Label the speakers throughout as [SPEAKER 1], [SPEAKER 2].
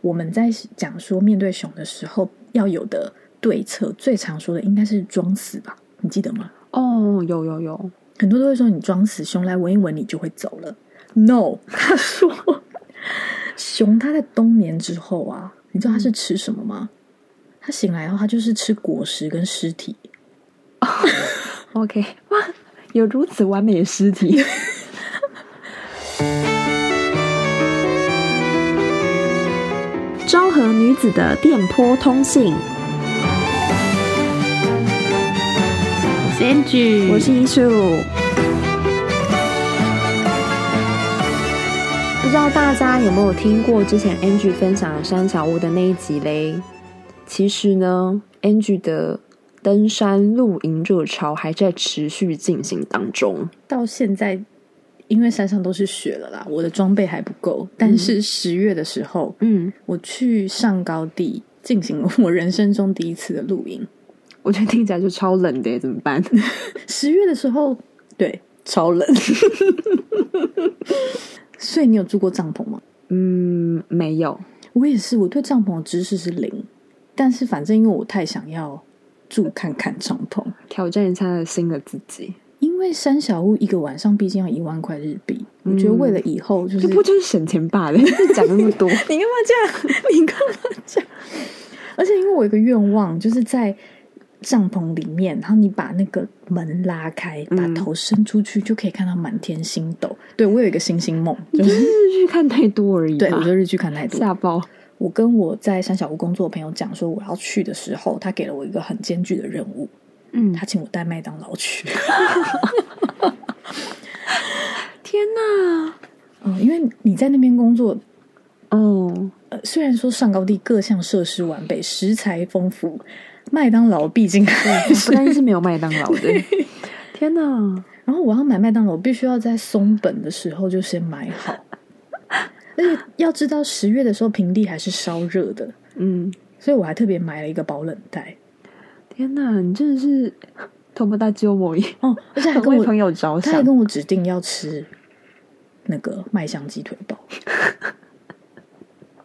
[SPEAKER 1] 我们在讲说面对熊的时候要有的对策，最常说的应该是装死吧？你记得吗？
[SPEAKER 2] 哦，有有有，
[SPEAKER 1] 很多都会说你装死，熊来闻一闻你就会走了。No，他说熊它在冬眠之后啊，你知道它是吃什么吗？它醒来后，它就是吃果实跟尸体。
[SPEAKER 2] OK，哇， 有如此完美的尸体。 昭和女子的电波通信，
[SPEAKER 3] 我是 Angie，
[SPEAKER 2] 我是一树。不知道大家有没有听过之前 Angie 分享山小屋的那一集嘞？其实呢，Angie 的登山露营热潮还在持续进行当中。
[SPEAKER 1] 到现在，因为山上都是雪了啦，我的装备还不够。但是十月的时候，
[SPEAKER 2] 嗯，
[SPEAKER 1] 我去上高地进行了我人生中第一次的露营。
[SPEAKER 2] 我觉得听起来就超冷的耶，怎么办？
[SPEAKER 1] 十月的时候，对， 超冷。所以你有住过帐篷吗？
[SPEAKER 2] 嗯，没有。
[SPEAKER 1] 我也是，我对帐篷的知识是零，但是反正因为我太想要住看看帐篷，
[SPEAKER 2] 挑战一下新的自己，
[SPEAKER 1] 因为三小屋一个晚上毕竟要一万块日币，我觉得为了以后嗯就是
[SPEAKER 2] 这不就是省钱罢 了？讲那么 多，
[SPEAKER 1] 你干嘛这样？ 你干嘛这样？而且因为我有一个愿望，就是在帐篷里面，然后你把那个门拉开，把
[SPEAKER 2] 嗯
[SPEAKER 1] 头伸出去，就可以看到满天星斗。对我有一个星星梦，
[SPEAKER 2] 你
[SPEAKER 1] 就
[SPEAKER 2] 就是是去看太多而已吧。
[SPEAKER 1] 对我就日剧看太多，
[SPEAKER 2] 吓爆。
[SPEAKER 1] 我跟我在三小屋工作的朋友讲说我要去的时候，他给了我一个很艰巨的任务，
[SPEAKER 2] 嗯，
[SPEAKER 1] 他请我带麦当劳去。
[SPEAKER 2] 天哪！
[SPEAKER 1] 嗯，因为你在那边工作，
[SPEAKER 2] 哦，
[SPEAKER 1] 呃，虽然说上高地各项设施完备，食材丰富，麦当劳毕竟还
[SPEAKER 2] 不
[SPEAKER 1] 是。
[SPEAKER 2] 担心没有麦当劳的。天哪！
[SPEAKER 1] 然后我要买麦当劳，我必须要在松本的时候就先买好。而且要知道，十月的时候平地还是烧热的，
[SPEAKER 2] 嗯，
[SPEAKER 1] 所以我还特别买了一个保冷袋。
[SPEAKER 2] 天哪！你真的是头不大揪我耶，
[SPEAKER 1] 哦，而且还
[SPEAKER 2] 很
[SPEAKER 1] 跟
[SPEAKER 2] 为
[SPEAKER 1] 我
[SPEAKER 2] 朋友着
[SPEAKER 1] 他还
[SPEAKER 2] 想。
[SPEAKER 1] 跟我指定要吃那个麦香鸡腿堡，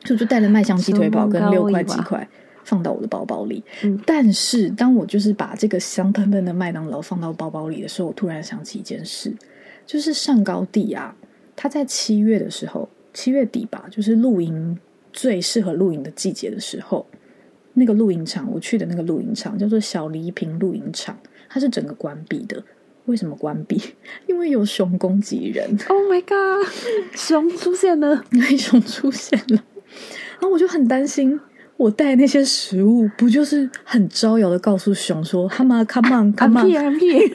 [SPEAKER 1] 所以我就带了麦香鸡腿堡跟六块鸡块放到我的包包里。
[SPEAKER 2] 嗯
[SPEAKER 1] 但是当我就是把这个香喷喷的麦当劳放到包包里的时候，我突然想起一件事，就是上高地啊，它在七月的时候，七月底吧，就是露营最适合露营的季节的时候。那个露营场，我去的那个露营场叫做小黎平露营场，它是整个关闭的。为什么关闭？ 因为有熊攻击人，
[SPEAKER 2] Oh my god！熊 出现了。
[SPEAKER 1] 因为熊出现了，然后我就很担心。我带那些食物，不就是很招摇的告诉熊说：“Come on，Come
[SPEAKER 2] 啊
[SPEAKER 1] on，Come
[SPEAKER 2] 屁
[SPEAKER 1] on，
[SPEAKER 2] 啊屁！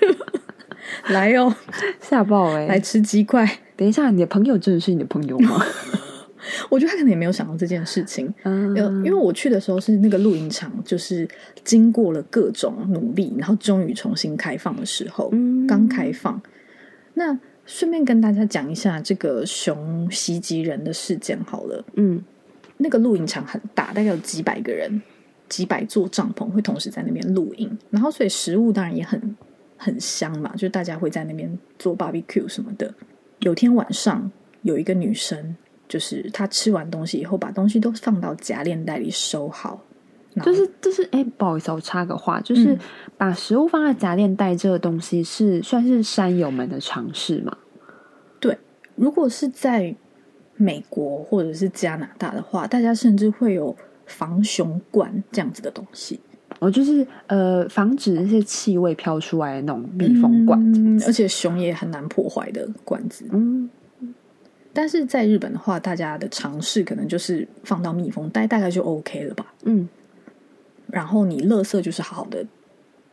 [SPEAKER 1] 来哦，
[SPEAKER 2] 吓爆
[SPEAKER 1] 来
[SPEAKER 2] 哎！
[SPEAKER 1] 吃鸡块。
[SPEAKER 2] 等一下，你的朋友真的是你的朋友吗？”
[SPEAKER 1] 我觉得他可能也没有想到这件事情，
[SPEAKER 2] 嗯
[SPEAKER 1] 有，因为我去的时候是那个露营场，就是经过了各种努力，然后终于重新开放的时候，
[SPEAKER 2] 嗯
[SPEAKER 1] 刚开放。那顺便跟大家讲一下这个熊袭击人的事件好了。
[SPEAKER 2] 嗯
[SPEAKER 1] 那个露营场很大，大概有几百个人，几百座帐篷会同时在那边露营，然后所以食物当然也很很香嘛，就大家会在那边做 barbecue 什么的。有天晚上，有一个女生，就是她吃完东西以后，把东西都放到夹链袋里收好，然后
[SPEAKER 2] 就是就是，哎、不好意思，我插个话，就是
[SPEAKER 1] 嗯
[SPEAKER 2] 把食物放在夹链袋这个东西是算是山友们的尝试嘛？
[SPEAKER 1] 如果是在美国或者是加拿大的话，大家甚至会有防熊罐这样子的东西，
[SPEAKER 2] 我哦就是呃，防止那些气味飘出来的那种密封罐。
[SPEAKER 1] 嗯，而且熊也很难破坏的罐子。
[SPEAKER 2] 嗯
[SPEAKER 1] 但是在日本的话，大家的尝试可能就是放到密封袋，大概就 OK 了吧。
[SPEAKER 2] 嗯
[SPEAKER 1] 然后你垃圾就是好好的，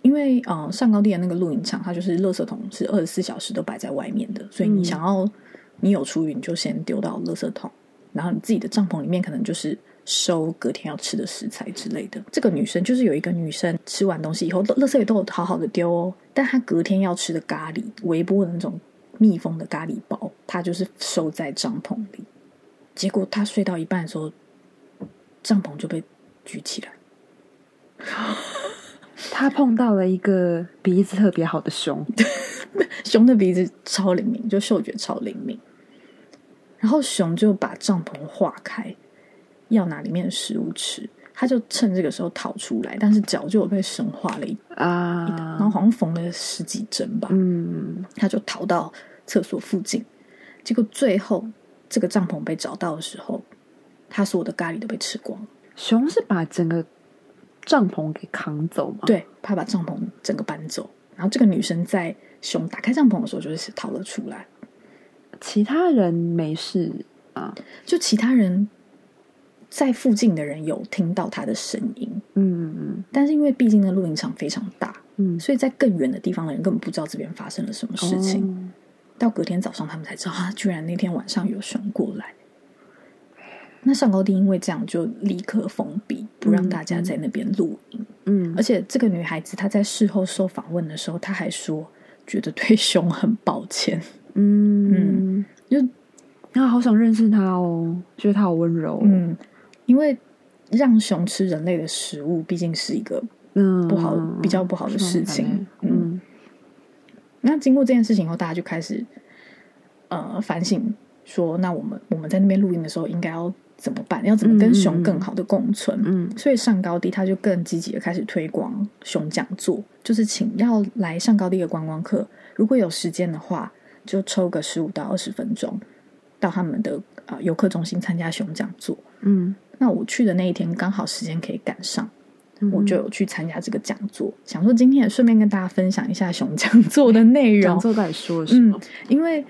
[SPEAKER 1] 因为呃上高地的那个露营场，它就是垃圾桶是二十四小时都摆在外面的，所以你
[SPEAKER 2] 嗯
[SPEAKER 1] 想要你有厨余，你就先丢到垃圾桶，然后你自己的帐篷里面可能就是收隔天要吃的食材之类的。这个女生就是有一个女生吃完东西以后，垃垃圾也都有好好的丢哦，但她隔天要吃的咖喱，微波的那种密封的咖喱包，她就是收在帐篷里。结果她睡到一半的时候，帐篷就被举起来。
[SPEAKER 2] 他碰到了一个鼻子特别好的熊，
[SPEAKER 1] 熊的鼻子超灵敏，就嗅觉超灵敏。然后熊就把帐篷化开，要拿里面的食物吃，他就趁这个时候逃出来，但是脚就有被神化了一一刀，然后
[SPEAKER 2] 啊，
[SPEAKER 1] 好像缝了十几针吧，
[SPEAKER 2] 嗯，
[SPEAKER 1] 他就逃到厕所附近，结果最后这个帐篷被找到的时候，他所有的咖喱都被吃光了。
[SPEAKER 2] 熊是把整个帐篷给扛走吗？，
[SPEAKER 1] 对，他把帐篷整个搬走。然后这个女生在熊打开帐篷的时候，就是逃了出来。
[SPEAKER 2] 其他人没事啊，
[SPEAKER 1] 就其他人在附近的人有听到她的声音，
[SPEAKER 2] 嗯
[SPEAKER 1] 但是因为毕竟那露营场非常大，
[SPEAKER 2] 嗯，
[SPEAKER 1] 所以在更远的地方的人根本不知道这边发生了什么事情。
[SPEAKER 2] 情
[SPEAKER 1] 到隔天早上，他们才知道啊，居然那天晚上有熊过来。那上高地因为这样就立刻封闭，不让大家在那边露营。
[SPEAKER 2] 嗯
[SPEAKER 1] 而，且这个女孩子她在事后受访问的时候，她还说觉得对熊很抱歉。
[SPEAKER 2] 嗯，
[SPEAKER 1] 就
[SPEAKER 2] 啊，好想认识他哦，觉得他好温柔哦，
[SPEAKER 1] 嗯，因为让熊吃人类的食物，毕竟是一个
[SPEAKER 2] 嗯，啊
[SPEAKER 1] 不好、比较不好的事情。嗯，
[SPEAKER 2] 嗯
[SPEAKER 1] 那经过这件事情后，大家就开始呃反省说，那我们我们在那边录音的时候应该要怎么办？要怎么跟熊更好的共存？
[SPEAKER 2] 嗯
[SPEAKER 1] 所以上高地他就更积极的开始推广熊讲座，就是请要来上高地的观光客，如果有时间的话，就抽个十五到二十分钟到他们的呃游客中心参加熊讲座。
[SPEAKER 2] 嗯，
[SPEAKER 1] 那我去的那一天刚好时间可以赶上，
[SPEAKER 2] 嗯
[SPEAKER 1] 我就有去参加这个讲座，想说今天也顺便跟大家分享一下熊讲座的内
[SPEAKER 2] 讲
[SPEAKER 1] 容，
[SPEAKER 2] 座到底
[SPEAKER 1] 嗯
[SPEAKER 2] 说了什么？
[SPEAKER 1] 因为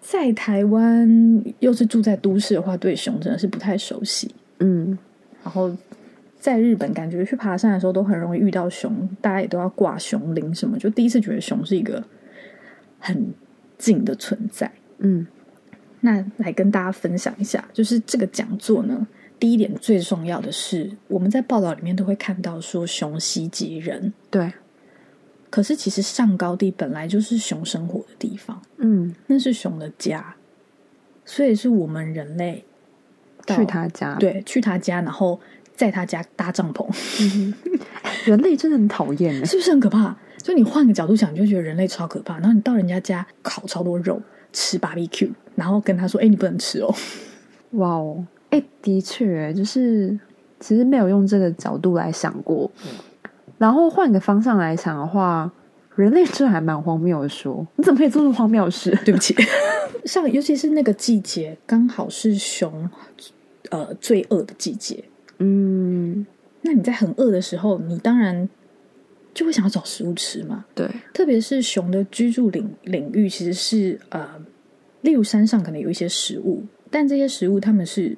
[SPEAKER 1] 在台湾又是住在都市的话，对熊真的是不太熟悉。
[SPEAKER 2] 嗯
[SPEAKER 1] 然后在日本，感觉去爬山的时候都很容易遇到熊，大家也都要挂熊铃什么，就第一次觉得熊是一个很近的存在。
[SPEAKER 2] 嗯
[SPEAKER 1] 那来跟大家分享一下，就是这个讲座呢，第一点最重要的是，我们在报道里面都会看到说熊袭击人，
[SPEAKER 2] 对，
[SPEAKER 1] 可是其实上高地本来就是熊生活的地方，
[SPEAKER 2] 嗯，
[SPEAKER 1] 那是熊的家，所以是我们人类到
[SPEAKER 2] 去他家，，
[SPEAKER 1] 对去他家，然后在他家搭帐篷，
[SPEAKER 2] 人类真的很讨厌欸
[SPEAKER 1] 是不是很可怕？就你换个角度想，你就觉得人类超可怕。然后你到人家家烤超多肉，吃 barbecue，然后跟他说：“哎、你不能吃哦。
[SPEAKER 2] 哇哦，哎，的确欸，就是其实没有用这个角度来想过。
[SPEAKER 1] 嗯
[SPEAKER 2] 然后换个方向来想的话，人类真的还蛮荒谬的说，你怎么可以做出荒谬的事”？
[SPEAKER 1] 对不起， 像尤其是那个季节，刚好是熊呃最饿的季节。
[SPEAKER 2] 嗯，
[SPEAKER 1] 那你在很饿的时候，你当然就会想要找食物吃嘛。
[SPEAKER 2] 对，
[SPEAKER 1] 特别是熊的居住领领域，其实是呃，例如山上可能有一些食物，但这些食物它们是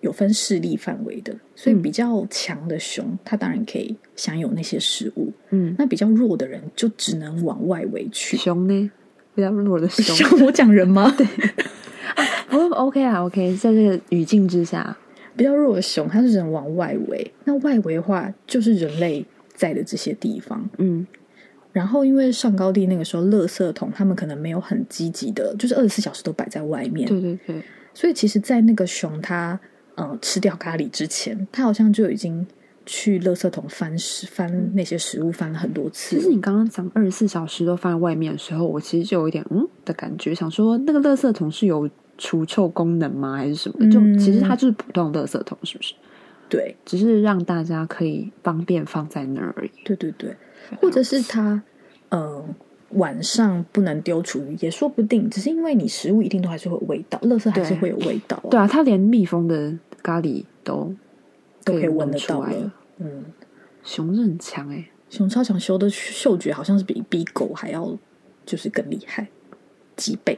[SPEAKER 1] 有分势力范围的，所以
[SPEAKER 2] 嗯
[SPEAKER 1] 比较强的熊，它当然可以享有那些食物；
[SPEAKER 2] 嗯，
[SPEAKER 1] 那比较弱的人，就只能往外围去。
[SPEAKER 2] 熊呢？比较弱的熊，
[SPEAKER 1] 像我讲人吗？对，
[SPEAKER 2] 不过 OK 啊，OK，在这个语境之下，
[SPEAKER 1] 比较弱的熊，它是只能往外围。那外围的话，就是人类在的这些地方。
[SPEAKER 2] 嗯
[SPEAKER 1] 然后因为上高地那个时候，垃圾桶他们可能没有很积极的，就是二十四小时都摆在外面。，
[SPEAKER 2] 对对对，
[SPEAKER 1] 所以其实，在那个熊它呃吃掉咖喱之前，它好像就已经去垃圾桶翻食翻那些食物翻了很多次
[SPEAKER 2] 嗯其
[SPEAKER 1] 了。
[SPEAKER 2] 实你刚刚讲二十四小时都放在外面的时候，我其实就有一点嗯的感觉，想说那个垃圾桶是有除臭功能吗，还是什么的？就
[SPEAKER 1] 嗯
[SPEAKER 2] 其实它就是普通的垃圾桶，是不是？
[SPEAKER 1] 对
[SPEAKER 2] 只是让大家可以方便放在那儿而已。
[SPEAKER 1] 对对对，或者是它呃晚上不能丢厨余，也说不定。只是因为你食物一定都还是会有味道，垃圾还是
[SPEAKER 2] 对
[SPEAKER 1] 会有味道、啊。
[SPEAKER 2] 对啊，它连密封的咖喱都
[SPEAKER 1] 都可以
[SPEAKER 2] 以
[SPEAKER 1] 闻
[SPEAKER 2] 闻
[SPEAKER 1] 得到
[SPEAKER 2] 来
[SPEAKER 1] 了
[SPEAKER 2] 了。
[SPEAKER 1] 嗯，
[SPEAKER 2] 熊是很强哎、
[SPEAKER 1] 熊超强修的嗅觉好像是比比狗还要就是更厉害几倍，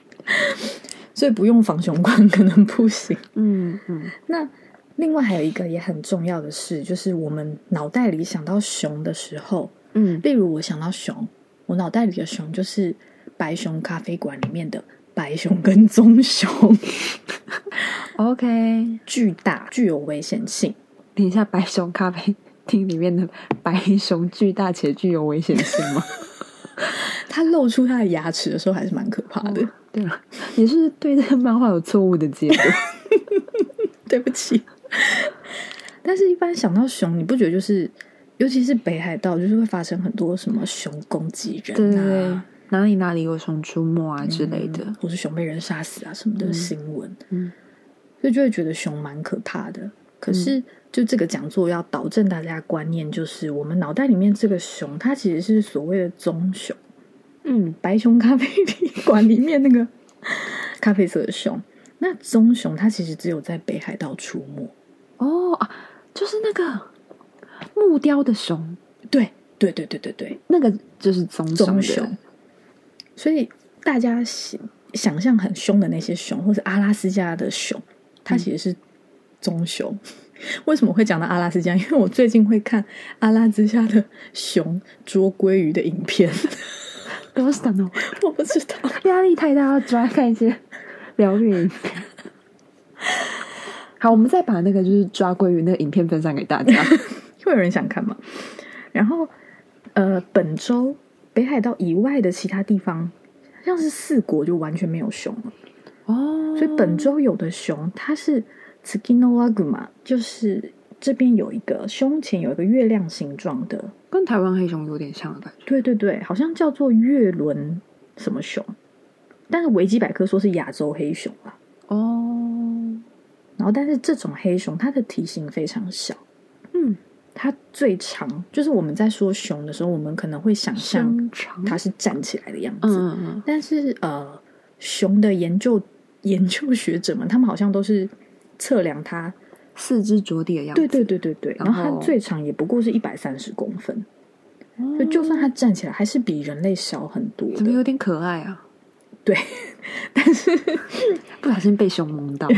[SPEAKER 1] 所以不用防熊罐可能不行。
[SPEAKER 2] 嗯嗯
[SPEAKER 1] 那另外还有一个也很重要的事，就是我们脑袋里想到熊的时候，
[SPEAKER 2] 嗯，
[SPEAKER 1] 例如我想到熊，我脑袋里的熊就是白熊咖啡馆里面的白熊跟棕熊，
[SPEAKER 2] OK，
[SPEAKER 1] 巨大具有危险性。
[SPEAKER 2] 等一下，白熊咖啡厅里面的白熊巨大且具有危险性吗？
[SPEAKER 1] 它露出它的牙齿的时候还是蛮可怕的。
[SPEAKER 2] 哦对了，你是不是对这个漫画有错误的解读。
[SPEAKER 1] 对不起。但是，一般想到熊，你不觉得就是，尤其是北海道，就是会发生很多什么熊攻击
[SPEAKER 2] 对
[SPEAKER 1] 人
[SPEAKER 2] 对对
[SPEAKER 1] 啊，
[SPEAKER 2] 哪里
[SPEAKER 1] 嗯
[SPEAKER 2] 哪里有熊出没啊之类的。
[SPEAKER 1] 或是熊被人杀死啊什么的
[SPEAKER 2] 嗯
[SPEAKER 1] 新闻。
[SPEAKER 2] 嗯
[SPEAKER 1] 所以就会觉得熊蛮可怕的。可是，就这个讲座要导正大家观念，就是我们脑袋里面这个熊，它其实是所谓的棕熊，
[SPEAKER 2] 嗯，
[SPEAKER 1] 白熊咖啡旅馆里面那个咖啡色的熊。那棕熊它其实只有在北海道出没。
[SPEAKER 2] 哦啊，就是那个木雕的熊，
[SPEAKER 1] 对，对，对，对，对，对。
[SPEAKER 2] 那个就是棕熊
[SPEAKER 1] 棕
[SPEAKER 2] 的
[SPEAKER 1] 熊。所以大家想想象很凶的那些熊，或是阿拉斯加的熊，它其实是棕熊。 为什么会讲到阿拉斯加？因为我最近会看阿拉斯加的熊捉鲑鱼的影片，
[SPEAKER 2] どうしたの？
[SPEAKER 1] 我不知道。
[SPEAKER 2] 压力太大，要抓看一些疗愈影片。好，我们再把那个就是抓鲑鱼那个影片分享给大家。
[SPEAKER 1] 会有人想看吗？然后，呃，本周北海道以外的其他地方，像是四国就完全没有熊了。
[SPEAKER 2] 哦
[SPEAKER 1] 所以本周有的熊，它是 Tsukinowaguma，就是这边有一个胸前有一个月亮形状的，
[SPEAKER 2] 跟台湾黑熊有点像的感觉。
[SPEAKER 1] 对对对，好像叫做月轮什么熊，但是维基百科说是亚洲黑熊啦。
[SPEAKER 2] 哦，
[SPEAKER 1] 然后，但是这种黑熊它的体型非常小，
[SPEAKER 2] 嗯，
[SPEAKER 1] 它最长就是我们在说熊的时候，我们可能会想象
[SPEAKER 2] 香肠，
[SPEAKER 1] 它是站起来的样
[SPEAKER 2] 嗯
[SPEAKER 1] 子，
[SPEAKER 2] 嗯嗯，
[SPEAKER 1] 但是呃，熊的研究研究学者们，他们好像都是测量它
[SPEAKER 2] 四肢着地的样子。
[SPEAKER 1] 对对对对对，
[SPEAKER 2] 然
[SPEAKER 1] 然后它
[SPEAKER 2] 后
[SPEAKER 1] 最长也不过是一百三十公分，
[SPEAKER 2] 对
[SPEAKER 1] 就就算它站起来，还是比人类小很多
[SPEAKER 2] 怎么
[SPEAKER 1] 的。
[SPEAKER 2] 有点可爱啊？
[SPEAKER 1] 对，但是
[SPEAKER 2] 不小心被熊萌到。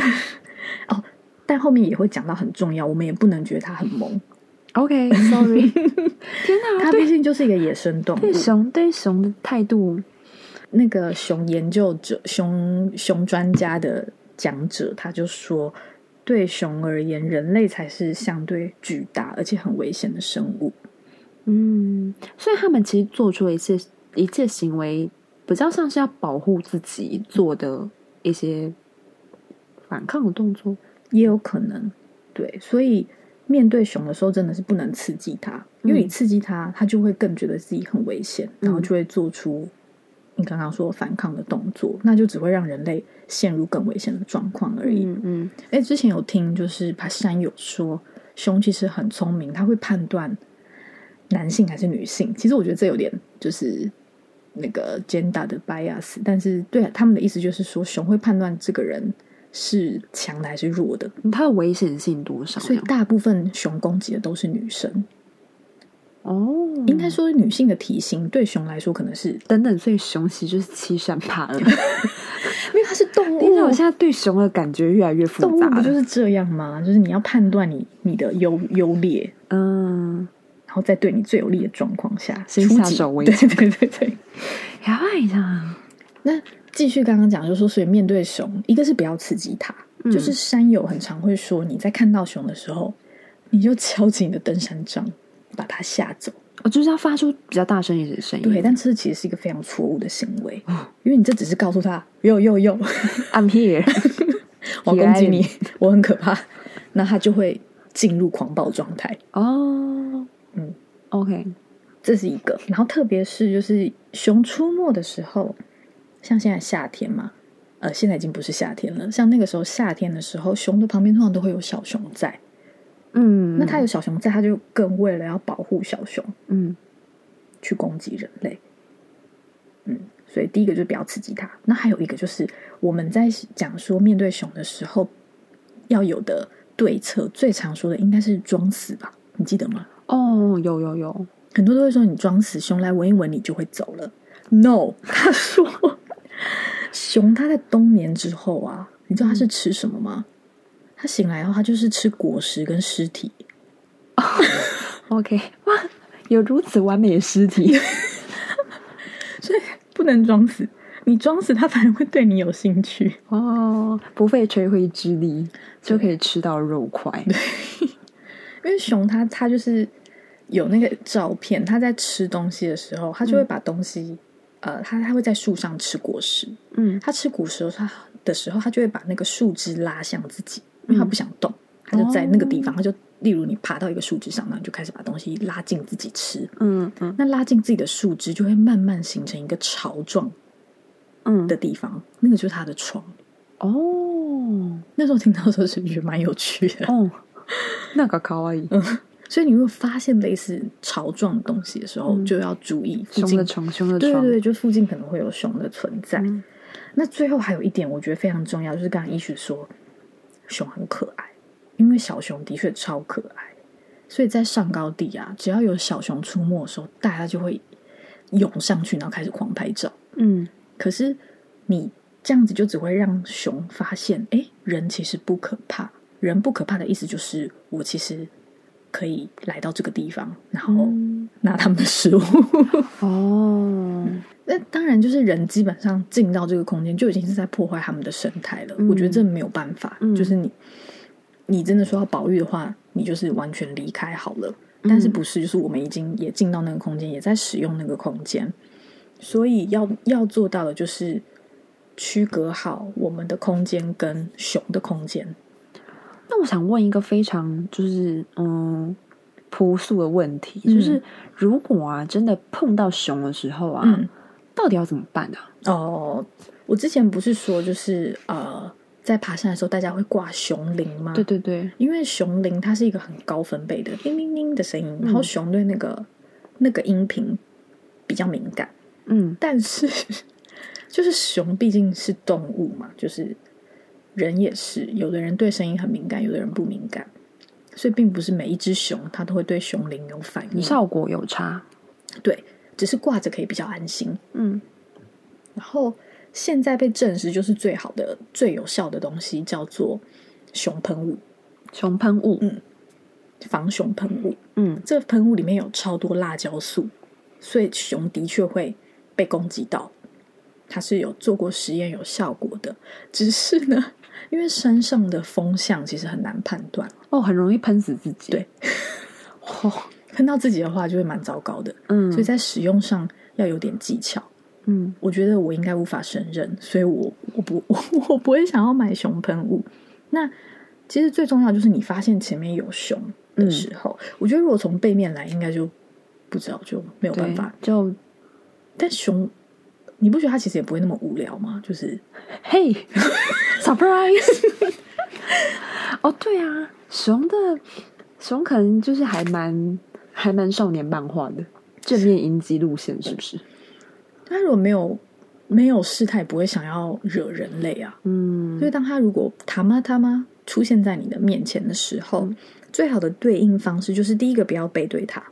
[SPEAKER 1] 但后面也会讲到很重要，我们也不能觉得它很萌，
[SPEAKER 2] OK，Sorry，、天 哪，
[SPEAKER 1] 它
[SPEAKER 2] 哦对
[SPEAKER 1] 毕竟就是一个野生动
[SPEAKER 2] 对
[SPEAKER 1] 物。
[SPEAKER 2] 熊对熊的态度，
[SPEAKER 1] 那个熊研究者、熊熊专家的讲者，他就说，对熊而言，人类才是相对巨大而且很危险的生物。
[SPEAKER 2] 嗯，所以他们其实做出了一些一切行为，比较像是要保护自己做的一些反抗的动作。
[SPEAKER 1] 也有可能，对，所以面对熊的时候，真的是不能刺激它，因为你刺激它，它就会更觉得自己很危险，然后就会做出你刚刚说反抗的动作，那就只会让人类陷入更危险的状况而已。
[SPEAKER 2] 嗯，
[SPEAKER 1] 哎、之前有听就是爬山有说，熊其实很聪明，它会判断男性还是女性。其实我觉得这有点就是那个 gender 的 bias，但是对啊他们的意思就是说，熊会判断这个人是强的还是弱的。
[SPEAKER 2] 嗯它的危险性多少
[SPEAKER 1] 所以
[SPEAKER 2] 呢？
[SPEAKER 1] 大部分熊攻击的都是女生，
[SPEAKER 2] 哦，
[SPEAKER 1] 应该说女性的体型对熊来说可能是，因
[SPEAKER 2] 等等，所以熊其实就是欺善怕 恶。
[SPEAKER 1] 为它是动
[SPEAKER 2] 等一下，
[SPEAKER 1] 物
[SPEAKER 2] 我，现在对熊的感觉越来越复
[SPEAKER 1] 动
[SPEAKER 2] 杂
[SPEAKER 1] 物不
[SPEAKER 2] 了。
[SPEAKER 1] 就是这样吗？就是你要判断你你的优优劣，
[SPEAKER 2] 嗯，
[SPEAKER 1] 然后在对你最有利的状况下
[SPEAKER 2] 先
[SPEAKER 1] 出
[SPEAKER 2] 下
[SPEAKER 1] 击
[SPEAKER 2] 手为
[SPEAKER 1] 对
[SPEAKER 2] 强
[SPEAKER 1] 对对对。
[SPEAKER 2] 呀外的，
[SPEAKER 1] 那继续刚刚讲，就是说，所以面对熊，一个是不要刺激它，
[SPEAKER 2] 嗯
[SPEAKER 1] 就是山友很常会说，你在看到熊的时候，你就敲起你的登山杖，把它吓走。
[SPEAKER 2] 我哦就是要发出比较大声一点的声音。
[SPEAKER 1] 对，但这其实是一个非常错误的行为，
[SPEAKER 2] 哦
[SPEAKER 1] 因为你这只是告诉他，哟哟哟，
[SPEAKER 2] ，I'm here。
[SPEAKER 1] 我要
[SPEAKER 2] Here I
[SPEAKER 1] 攻击
[SPEAKER 2] am
[SPEAKER 1] 你， 我很可怕，那他就会进入狂暴状态，
[SPEAKER 2] 哦，
[SPEAKER 1] 嗯
[SPEAKER 2] ，OK，
[SPEAKER 1] 这是一个。然后特别是就是熊出没的时候，像现在夏天嘛，呃，现在已经不是夏天了，像那个时候夏天的时候，熊的旁边通常都会有小熊在，
[SPEAKER 2] 嗯，
[SPEAKER 1] 那它有小熊在，它就更为了要保护小熊
[SPEAKER 2] 嗯
[SPEAKER 1] 去攻击人类。嗯，所以第一个就是不要刺激它。那还有一个就是我们在讲说面对熊的时候要有的对策，最常说的应该是装死吧？你记得吗？
[SPEAKER 2] 哦，有有有，
[SPEAKER 1] 很多都会说你装死，熊来闻一闻你就会走了。No，他 说熊它在冬眠之后啊，你知道它是吃什么吗？它醒来后，它就是吃果实跟尸体。
[SPEAKER 2] OK，哇， 有如此完美的尸体，
[SPEAKER 1] 所以不能装死。你装死，它反而会对你有兴趣。
[SPEAKER 2] 哦，不费吹灰之力就可以吃到肉块，
[SPEAKER 1] 因为熊它它就是有那个照片，它在吃东西的时候，它就会把东西，呃，它它会在树上吃果实。
[SPEAKER 2] 嗯，
[SPEAKER 1] 它吃果实的时候，它的时候，它就会把那个树枝拉向自己，因为它不想动，它就在那个地方，它就例如你爬到一个树枝上，然后你就开始把东西拉近自己吃。
[SPEAKER 2] 嗯嗯
[SPEAKER 1] 那拉近自己的树枝，就会慢慢形成一个巢状
[SPEAKER 2] 嗯
[SPEAKER 1] 的地方，那个就是它的床。
[SPEAKER 2] 哦
[SPEAKER 1] 那时候听到的时候是觉得蛮有趣的。
[SPEAKER 2] 哦，那个卡哇伊，
[SPEAKER 1] 所以你如果发现类似潮状的东西的时候，
[SPEAKER 2] 嗯
[SPEAKER 1] 就要注意附
[SPEAKER 2] 凶
[SPEAKER 1] 近
[SPEAKER 2] 的床，凶的
[SPEAKER 1] 对对
[SPEAKER 2] 床，
[SPEAKER 1] 对，就附近可能会有熊的存在。
[SPEAKER 2] 嗯
[SPEAKER 1] 那最后还有一点，我觉得非常重要，就是刚刚医学说，熊很可爱，因为小熊的确超可爱，所以在上高地啊，只要有小熊出没的时候，大家就会涌上去，然后开始狂拍照。
[SPEAKER 2] 嗯，
[SPEAKER 1] 可是你这样子就只会让熊发现，哎，人其实不可怕。人不可怕的意思就是，我其实可以来到这个地方，然后
[SPEAKER 2] 嗯
[SPEAKER 1] 拿他们的食物。
[SPEAKER 2] 哦，
[SPEAKER 1] 那当然，就是人基本上进到这个空间，就已经是在破坏他们的生态了。
[SPEAKER 2] 嗯
[SPEAKER 1] 我觉得这没有办法，
[SPEAKER 2] 嗯
[SPEAKER 1] 就是你，你真的说要保育的话，你就是完全离开好了。
[SPEAKER 2] 嗯
[SPEAKER 1] 但是不是，就是我们已经也进到那个空间，也在使用那个空间，所以要要做到的就是区隔好我们的空间跟熊的空间。
[SPEAKER 2] 那我想问一个非常就是嗯朴素的问题，就是如果啊真的碰到熊的时候啊，
[SPEAKER 1] 嗯，
[SPEAKER 2] 到底要怎么办啊呢、
[SPEAKER 1] 哦，我之前不是说就是呃，在爬山的时候大家会挂熊铃吗？
[SPEAKER 2] 对对对，
[SPEAKER 1] 因为熊铃它是一个很高分贝的叮叮叮的声音，然后熊对那个那个音频比较敏感，
[SPEAKER 2] 嗯
[SPEAKER 1] 但是 就是熊毕竟是动物嘛，就是人也是，有的人对声音很敏感，有的人不敏感，所以并不是每一只熊它都会对熊铃有反应，
[SPEAKER 2] 效果有差，
[SPEAKER 1] 对，只是挂着可以比较安心。
[SPEAKER 2] 嗯
[SPEAKER 1] 然后现在被证实就是最好的、最有效的东西叫做熊喷雾，
[SPEAKER 2] 熊喷雾，
[SPEAKER 1] 防熊喷雾。
[SPEAKER 2] 嗯
[SPEAKER 1] 这个喷雾里面有超多辣椒素，所以熊的确会被攻击到。它是有做过实验有效果的，只是呢， 因为山上的风向其实很难判断，
[SPEAKER 2] 哦，很容易喷死自己，
[SPEAKER 1] 对，
[SPEAKER 2] 哦，
[SPEAKER 1] 喷到自己的话就会蛮糟糕的，
[SPEAKER 2] 嗯，
[SPEAKER 1] 所以在使用上要有点技巧。
[SPEAKER 2] 嗯
[SPEAKER 1] 我觉得我应该无法胜任，所以我我不 我我不会想要买熊喷雾。那其实最重要就是你发现前面有熊的时候，我觉得如果从背面来，应该就不知道就没有办
[SPEAKER 2] 对
[SPEAKER 1] 法，
[SPEAKER 2] 就
[SPEAKER 1] 但熊，你不觉得它其实也不会那么无聊吗？就是
[SPEAKER 2] 嘿，surprise！哦，对啊，熊的熊可能就是还蛮还蛮少年漫画的正面迎击路线，是不是？
[SPEAKER 1] 它如果没有没有事，它也不会想要惹人类啊。
[SPEAKER 2] 嗯
[SPEAKER 1] 所以当它如果他妈他妈出现在你的面前的时候，最好的对应方式就是第一个不要背对它，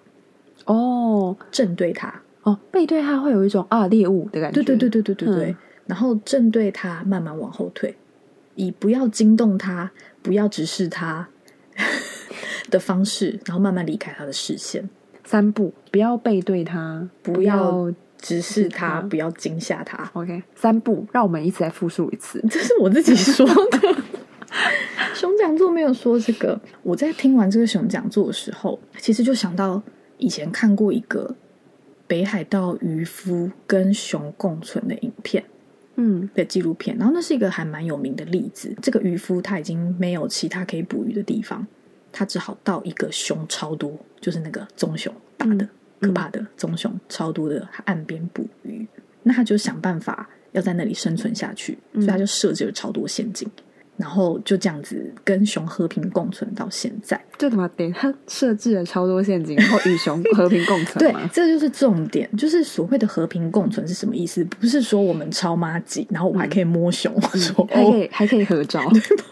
[SPEAKER 2] 哦
[SPEAKER 1] 正对它。
[SPEAKER 2] 哦，背对它会有一种啊猎物的感觉，
[SPEAKER 1] 对对对对对对对。
[SPEAKER 2] 嗯
[SPEAKER 1] 然后正对它，慢慢往后退，以不要惊动它，不要直视它 的方式，然后慢慢离开它的视线。
[SPEAKER 2] 三步不要背对它，
[SPEAKER 1] 不要直视它，
[SPEAKER 2] 直视它
[SPEAKER 1] 不要惊吓它。
[SPEAKER 2] OK 三步，让我们一起来复述一次。
[SPEAKER 1] 这是我自己说的。 熊讲座没有说这个。我在听完这个熊讲座的时候，其实就想到以前看过一个北海道渔夫跟熊共存的影片
[SPEAKER 2] 嗯
[SPEAKER 1] 的纪录片，然后那是一个还蛮有名的例子。这个渔夫他已经没有其他可以捕鱼的地方，他只好到一个熊超多，就是那个棕熊大
[SPEAKER 2] 嗯
[SPEAKER 1] 的、可怕的棕熊超多的岸边捕鱼。那他就想办法要在那里生存下去，
[SPEAKER 2] 嗯
[SPEAKER 1] 所以他就设置了超多陷阱，然后就这样子跟熊和平共存到现在。
[SPEAKER 2] 就他妈得他 设置了超多陷阱，然后与熊和平共存
[SPEAKER 1] 对
[SPEAKER 2] 嘛，。
[SPEAKER 1] 这就是重点，就是所谓的和平共存是什么意思？不是说我们超妈鸡，然后我还可以摸熊，我 说
[SPEAKER 2] 嗯还可
[SPEAKER 1] 哦，
[SPEAKER 2] 以还可以合照，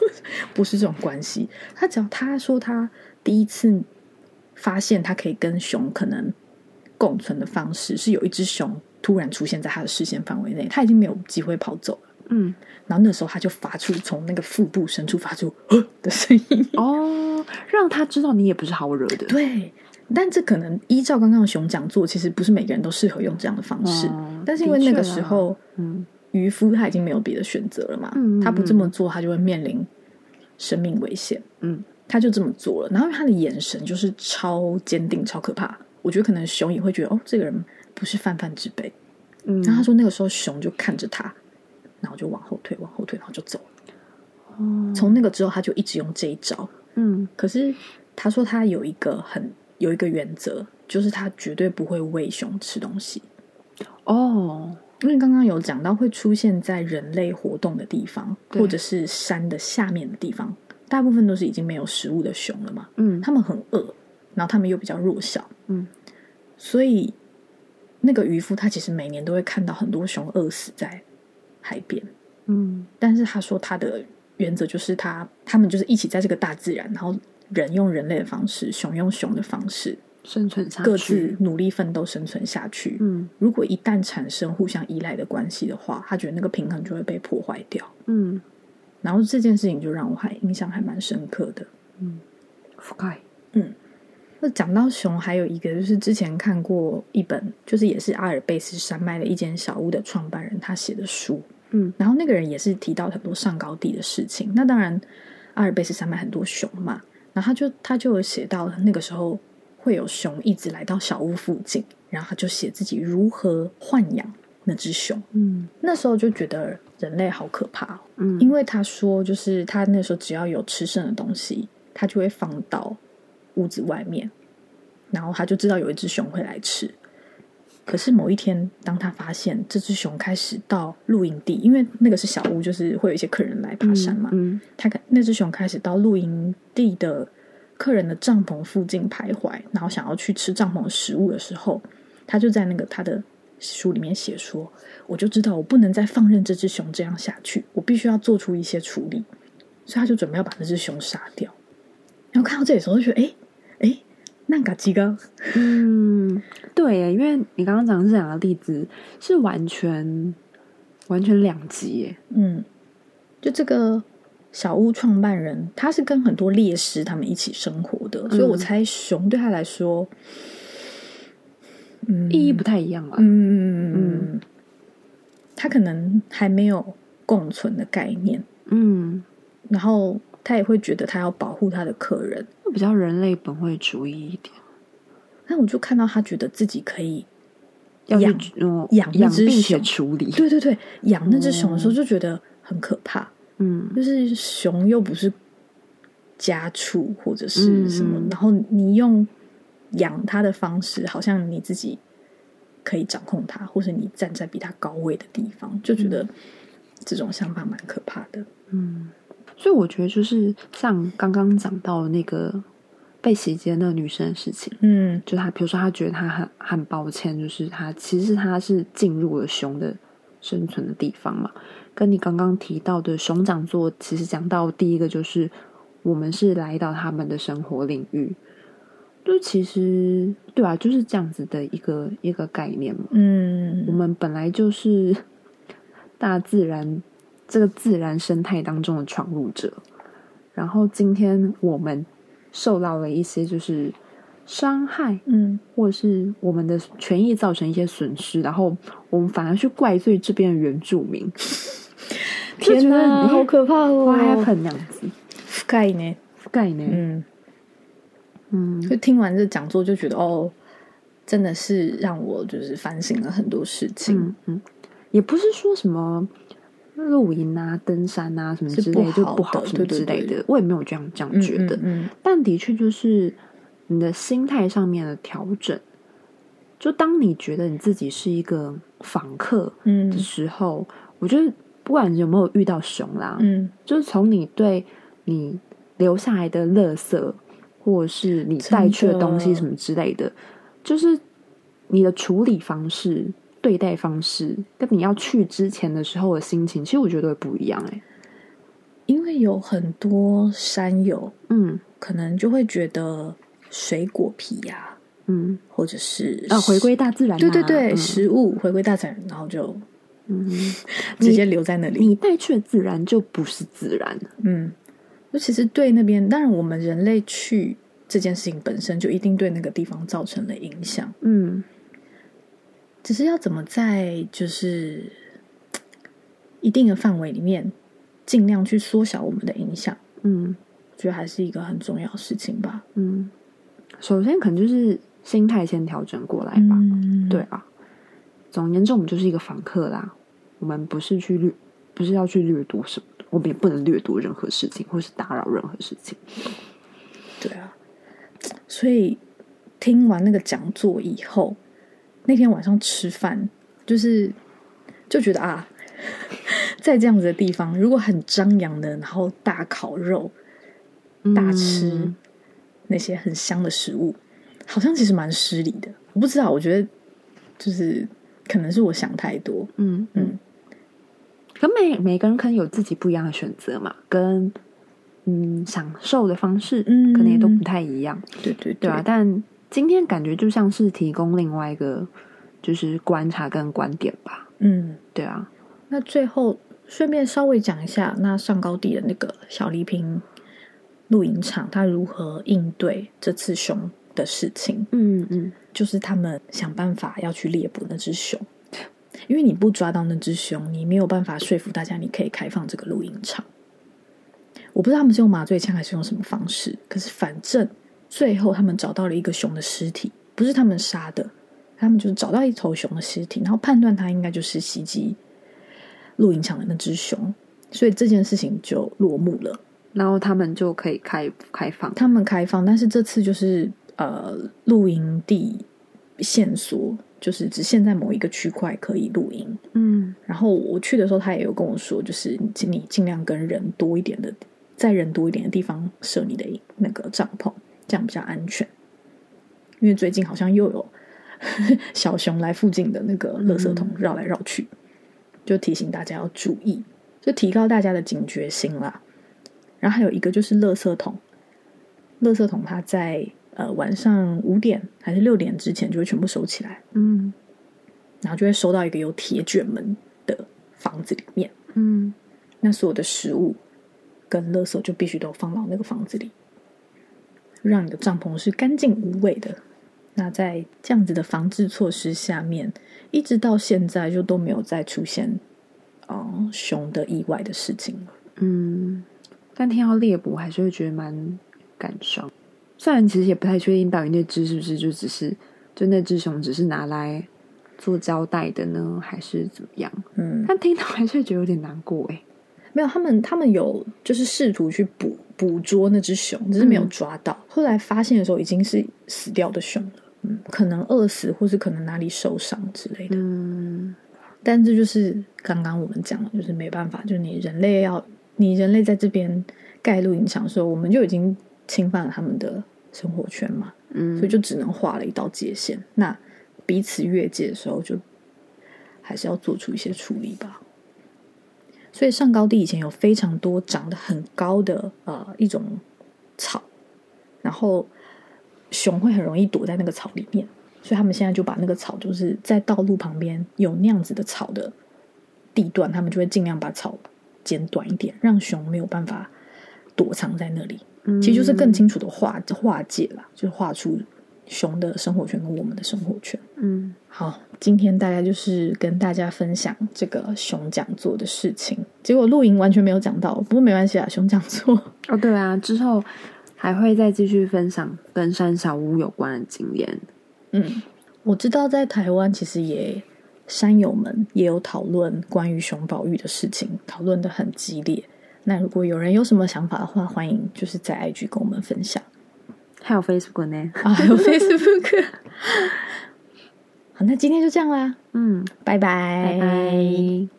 [SPEAKER 1] 不是这种关系。他只要他说他第一次发现他可以跟熊可能共存的方式是有一只熊突然出现在他的视线范围内，他已经没有机会跑走了。
[SPEAKER 2] 嗯，
[SPEAKER 1] 然后那时候他就发出从那个腹部深处发出呃“的声 音。
[SPEAKER 2] 哦，让他知道你也不是好惹的。
[SPEAKER 1] 对，但这可能依照刚刚的熊讲座，其实不是每个人都适合用这样的方式。
[SPEAKER 2] 哦
[SPEAKER 1] 但是因为那个时，
[SPEAKER 2] 的确啦
[SPEAKER 1] 候，
[SPEAKER 2] 嗯，
[SPEAKER 1] 渔夫他已经没有别的选择了嘛，
[SPEAKER 2] 嗯嗯
[SPEAKER 1] 他不这么做，他就会面临生命危险。
[SPEAKER 2] 嗯，
[SPEAKER 1] 他就这么做了。然后因为他的眼神就是超坚定、超可怕。我觉得可能熊也会觉得，哦，这个人不是泛泛之辈。
[SPEAKER 2] 嗯，
[SPEAKER 1] 然后他说，那个时候熊就看着他，然后就往后退，往后退，然后就走了。
[SPEAKER 2] 哦，
[SPEAKER 1] 从那个之后，他就一直用这一招。
[SPEAKER 2] 嗯
[SPEAKER 1] 可是他说他有一个很有一个原则，就是他绝对不会喂熊吃东西。
[SPEAKER 2] 哦，
[SPEAKER 1] 因为刚刚有讲到会出现在人类活动的地方，
[SPEAKER 2] 对
[SPEAKER 1] 或者是山的下面的地方，大部分都是已经没有食物的熊了嘛。
[SPEAKER 2] 嗯
[SPEAKER 1] 它们很饿，然后它们又比较弱小，
[SPEAKER 2] 嗯，
[SPEAKER 1] 所以那个渔夫他其实每年都会看到很多熊饿死在海边，
[SPEAKER 2] 嗯
[SPEAKER 1] 但是他说他的原则就是他他们就是一起在这个大自然，然后人用人类的方式，熊用熊的方式，
[SPEAKER 2] 生存下去，
[SPEAKER 1] 各自努力奋斗生存下去。
[SPEAKER 2] 嗯
[SPEAKER 1] 如果一旦产生互相依赖的关系的话，他觉得那个平衡就会被破坏掉。
[SPEAKER 2] 嗯
[SPEAKER 1] 然后这件事情就让我还印象还蛮深刻的。
[SPEAKER 2] 覆盖，
[SPEAKER 1] 那讲到熊，还有一个就是之前看过一本，就是也是阿尔卑斯山脉的一间小屋的创办人他写的书，
[SPEAKER 2] 嗯，
[SPEAKER 1] 然后那个人也是提到很多上高地的事情。那当然，阿尔卑斯山脉很多熊嘛，然后他就他就有写到那个时候会有熊一直来到小屋附近，然后他就写自己如何豢养那只熊。
[SPEAKER 2] 嗯
[SPEAKER 1] 那时候就觉得人类好可怕、哦，
[SPEAKER 2] 嗯，
[SPEAKER 1] 因
[SPEAKER 2] 为
[SPEAKER 1] 为他说，就是他那时候只要有吃剩的东西，他就会放到屋子外面，然后他就知道有一只熊会来吃。可是某一天，当他发现这只熊开始到露营地，因为那个是小屋，就是会有一些客人来爬山嘛，
[SPEAKER 2] 嗯
[SPEAKER 1] 他看那只熊开始到露营地的客人的帐篷附近徘徊，然后想要去吃帐篷的食物的时候，他就在那个他的书里面写说：“我就知道我不能再放任这只熊这样下去，我必须要做出一些处理。”所以他就准备要把那只熊杀掉。然后看到这里的时候，就觉得：“哎哎，那嘎吉 刚
[SPEAKER 2] 嗯，对耶，因为你刚刚讲的这两个例子是完全完全两极耶，
[SPEAKER 1] 嗯，就这个小屋创办人，他是跟很多猎师他们一起生活的，所以
[SPEAKER 2] 嗯
[SPEAKER 1] 我猜熊对他来说，嗯，
[SPEAKER 2] 意义不太一样啊。
[SPEAKER 1] 嗯嗯，他可能还没有共存的概念，
[SPEAKER 2] 嗯，
[SPEAKER 1] 然后他也会觉得他要保护他的客人，
[SPEAKER 2] 会比较人类本位主义一点，
[SPEAKER 1] 那我就看到他觉得自己可以
[SPEAKER 2] 要
[SPEAKER 1] 养
[SPEAKER 2] 去嗯
[SPEAKER 1] 养那
[SPEAKER 2] 养
[SPEAKER 1] 只
[SPEAKER 2] 并且
[SPEAKER 1] 熊
[SPEAKER 2] 处理。
[SPEAKER 1] 对对对，养那只熊
[SPEAKER 2] 哦
[SPEAKER 1] 的时候就觉得很可怕，
[SPEAKER 2] 嗯
[SPEAKER 1] 就是熊又不是家畜或者是什么，
[SPEAKER 2] 嗯嗯
[SPEAKER 1] 然后你用养它的方式，好像你自己可以掌控它，或者你站在比它高位的地方，就觉得这种想法蛮可怕的。
[SPEAKER 2] 嗯，所以我觉得就是像刚刚讲到的那个被袭击的那个女生的事情。
[SPEAKER 1] 嗯
[SPEAKER 2] 就他，比如说他觉得他很很抱歉，就是他其实他是进入了熊的生存的地方嘛。跟你刚刚提到的熊掌座，其实讲到第一个就是我们是来到他们的生活领域，就其实对啊，就是这样子的一个一个概念嘛。我
[SPEAKER 1] 嗯
[SPEAKER 2] 们本来就是 大自然这个自然生态当中的闯入者，然后今天我们受到了一些就是伤害，
[SPEAKER 1] 嗯
[SPEAKER 2] 或是我们的权益造成一些损失，然后我们反而去怪罪这边的原住民。
[SPEAKER 1] 天哪好可
[SPEAKER 2] 怕
[SPEAKER 1] 哦
[SPEAKER 2] ！What happened 那样子？
[SPEAKER 1] ，sky 呢？
[SPEAKER 2] 覆盖呢？
[SPEAKER 1] 嗯，
[SPEAKER 2] 嗯
[SPEAKER 1] 就听完这讲座就觉得哦，真的是让我就是反省了很多事情。
[SPEAKER 2] 嗯嗯，也不是说什么露营啊、登山啊什么
[SPEAKER 1] 是
[SPEAKER 2] 之
[SPEAKER 1] 不
[SPEAKER 2] 类就
[SPEAKER 1] 好
[SPEAKER 2] 不好
[SPEAKER 1] 的
[SPEAKER 2] 什
[SPEAKER 1] 对
[SPEAKER 2] 么
[SPEAKER 1] 对
[SPEAKER 2] 之类
[SPEAKER 1] 对
[SPEAKER 2] 的，我也没有这样这样
[SPEAKER 1] 嗯
[SPEAKER 2] 觉得。
[SPEAKER 1] 嗯
[SPEAKER 2] 但的确就是你的心态上面的调整。就当你觉得你自己是一个访客
[SPEAKER 1] 嗯
[SPEAKER 2] 的时候，我觉得不管有没有遇到熊啦，
[SPEAKER 1] 嗯，
[SPEAKER 2] 就是从你对你留下来的垃圾，或是你带去的东
[SPEAKER 1] 真
[SPEAKER 2] 西
[SPEAKER 1] 的
[SPEAKER 2] 什么之类的，就是你的处理方式、对待方式，跟你要去之前的时候的心情，其实我觉得会不一样、欸。哎，
[SPEAKER 1] 因为有很多山友
[SPEAKER 2] 嗯
[SPEAKER 1] 可能就会觉得水果皮呀、
[SPEAKER 2] 嗯，
[SPEAKER 1] 或者是
[SPEAKER 2] 啊，回归大自然、啊，
[SPEAKER 1] 对对对、
[SPEAKER 2] 嗯
[SPEAKER 1] 食物回归大自然，然后就
[SPEAKER 2] 嗯
[SPEAKER 1] 直接留在那里。
[SPEAKER 2] 你带去的自然就不是自然。
[SPEAKER 1] 嗯，就其实对那边，当然我们人类去这件事情本身就一定对那个地方造成了影响，
[SPEAKER 2] 嗯
[SPEAKER 1] 只是要怎么在就是嘖一定的范围里面，尽量去缩小我们的影响，
[SPEAKER 2] 嗯
[SPEAKER 1] 我觉得还是一个很重要的事情吧。
[SPEAKER 2] 嗯，首先可能就是心态先调整过来吧。
[SPEAKER 1] 嗯
[SPEAKER 2] 对，啊，总而言之，我们就是一个访客啦。我们不是去掠，不是要去掠夺什么的，我们也不能掠夺任何事情，或是打扰任何事情。
[SPEAKER 1] 对啊，所以听完那个讲座以后，那天晚上吃饭，就是就觉得啊， 在这样子的地方，如果很张扬的，然后大烤肉、大吃、
[SPEAKER 2] 嗯
[SPEAKER 1] 那些很香的食物，好像其实蛮失礼的。我不知道，我觉得就是可能是我想太多，
[SPEAKER 2] 嗯嗯
[SPEAKER 1] 嗯，
[SPEAKER 2] 可每每个人可能有自己不一样的选择嘛，跟嗯享受的方式，
[SPEAKER 1] 嗯
[SPEAKER 2] 可能也都不太一样，
[SPEAKER 1] 对对
[SPEAKER 2] 对
[SPEAKER 1] 对
[SPEAKER 2] 啊。但今天感觉就像是提供另外一个就是观察跟观点吧，
[SPEAKER 1] 嗯。
[SPEAKER 2] 对啊，
[SPEAKER 1] 那最后顺便稍微讲一下，那上高地的那个小黎平露营场，他如何应对这次熊的事情？
[SPEAKER 2] 嗯嗯
[SPEAKER 1] 就是他们想办法要去猎捕那只熊，因为你不抓到那只熊，你没有办法说服大家你可以开放这个露营场。我不知道他们是用麻醉枪还是用什么方式，可是反正最后他们找到了一个熊的尸体，不是他们杀的，他们就是找到一头熊的尸体，然后判断它应该就是袭击露营场的那只熊，所以这件事情就落幕了。
[SPEAKER 2] 然后他们就可以开开放，
[SPEAKER 1] 他们开放，但是这次就是呃，露营地线索就是只限在某一个区块可以露营。
[SPEAKER 2] 嗯
[SPEAKER 1] 然后我去的时候，他也有跟我说，就是你尽你尽量跟人多一点的，在人多一点的地方设你的那个帐篷，这样比较安全。因为最近好像又有 小熊来附近的那个垃圾桶绕来绕去，就提醒大家要注意，就提高大家的警觉心啦。然后还有一个就是垃圾桶，垃圾桶它在呃晚上五点还是六点之前就会全部收起来。
[SPEAKER 2] 嗯
[SPEAKER 1] 然后就会收到一个有铁卷门的房子里面。
[SPEAKER 2] 嗯
[SPEAKER 1] 那所有的食物跟垃圾就必须都放到那个房子里，让你的帐篷是干净无味的。那在这样子的防治措施下面，一直到现在就都没有再出现呃熊的意外的事情了。
[SPEAKER 2] 嗯，但听到猎捕还是会觉得蛮感伤。虽然其实也不太确定到底那只是不是就只是就那只熊只是拿来做胶带的呢，还是怎么样？
[SPEAKER 1] 嗯，
[SPEAKER 2] 但听到还是会觉得有点难过哎、
[SPEAKER 1] 没有，他们他们有就是试图去捕捕捉那只熊，只是没有抓到。后来发现的时候已经是死掉的熊了，嗯，可能饿死或是可能哪里受伤之类的。
[SPEAKER 2] 嗯
[SPEAKER 1] 但这就是刚刚我们讲的，就是没办法，就是你人类要你人类在这边盖露营场的时候，我们就已经侵犯了他们的生活圈嘛，
[SPEAKER 2] 嗯，
[SPEAKER 1] 所以就只能画了一道界限。那彼此越界的时候，就还是要做出一些处理吧。所以上高地以前有非常多长得很高的呃一种草，然后熊会很容易躲在那个草里面，所以他们现在就把那个草就是在道路旁边有那样子的草的地段，他们就会尽量把草剪短一点，让熊没有办法躲藏在那里。嗯其实就是更清楚的划划界啦，就是划出熊的生活圈跟我们的生活圈。
[SPEAKER 2] 嗯
[SPEAKER 1] 好，今天大概就是跟大家分享这个熊讲座的事情，结果露营完全没有讲到，不过没关系啊，熊讲座。
[SPEAKER 2] 哦对啊，之后还会再继续分享跟山小屋有关的经验。
[SPEAKER 1] 嗯，我知道在台湾其实也山友们也有讨论关于熊保育的事情，讨论的很激烈。那如果有人有什么想法的话，欢迎就是在 IG 跟我们分享
[SPEAKER 2] 还有 Facebook 呢，
[SPEAKER 1] 啊， 还有 Facebook。好，那今天就这样啦，
[SPEAKER 2] 嗯，
[SPEAKER 1] 拜拜
[SPEAKER 2] 拜拜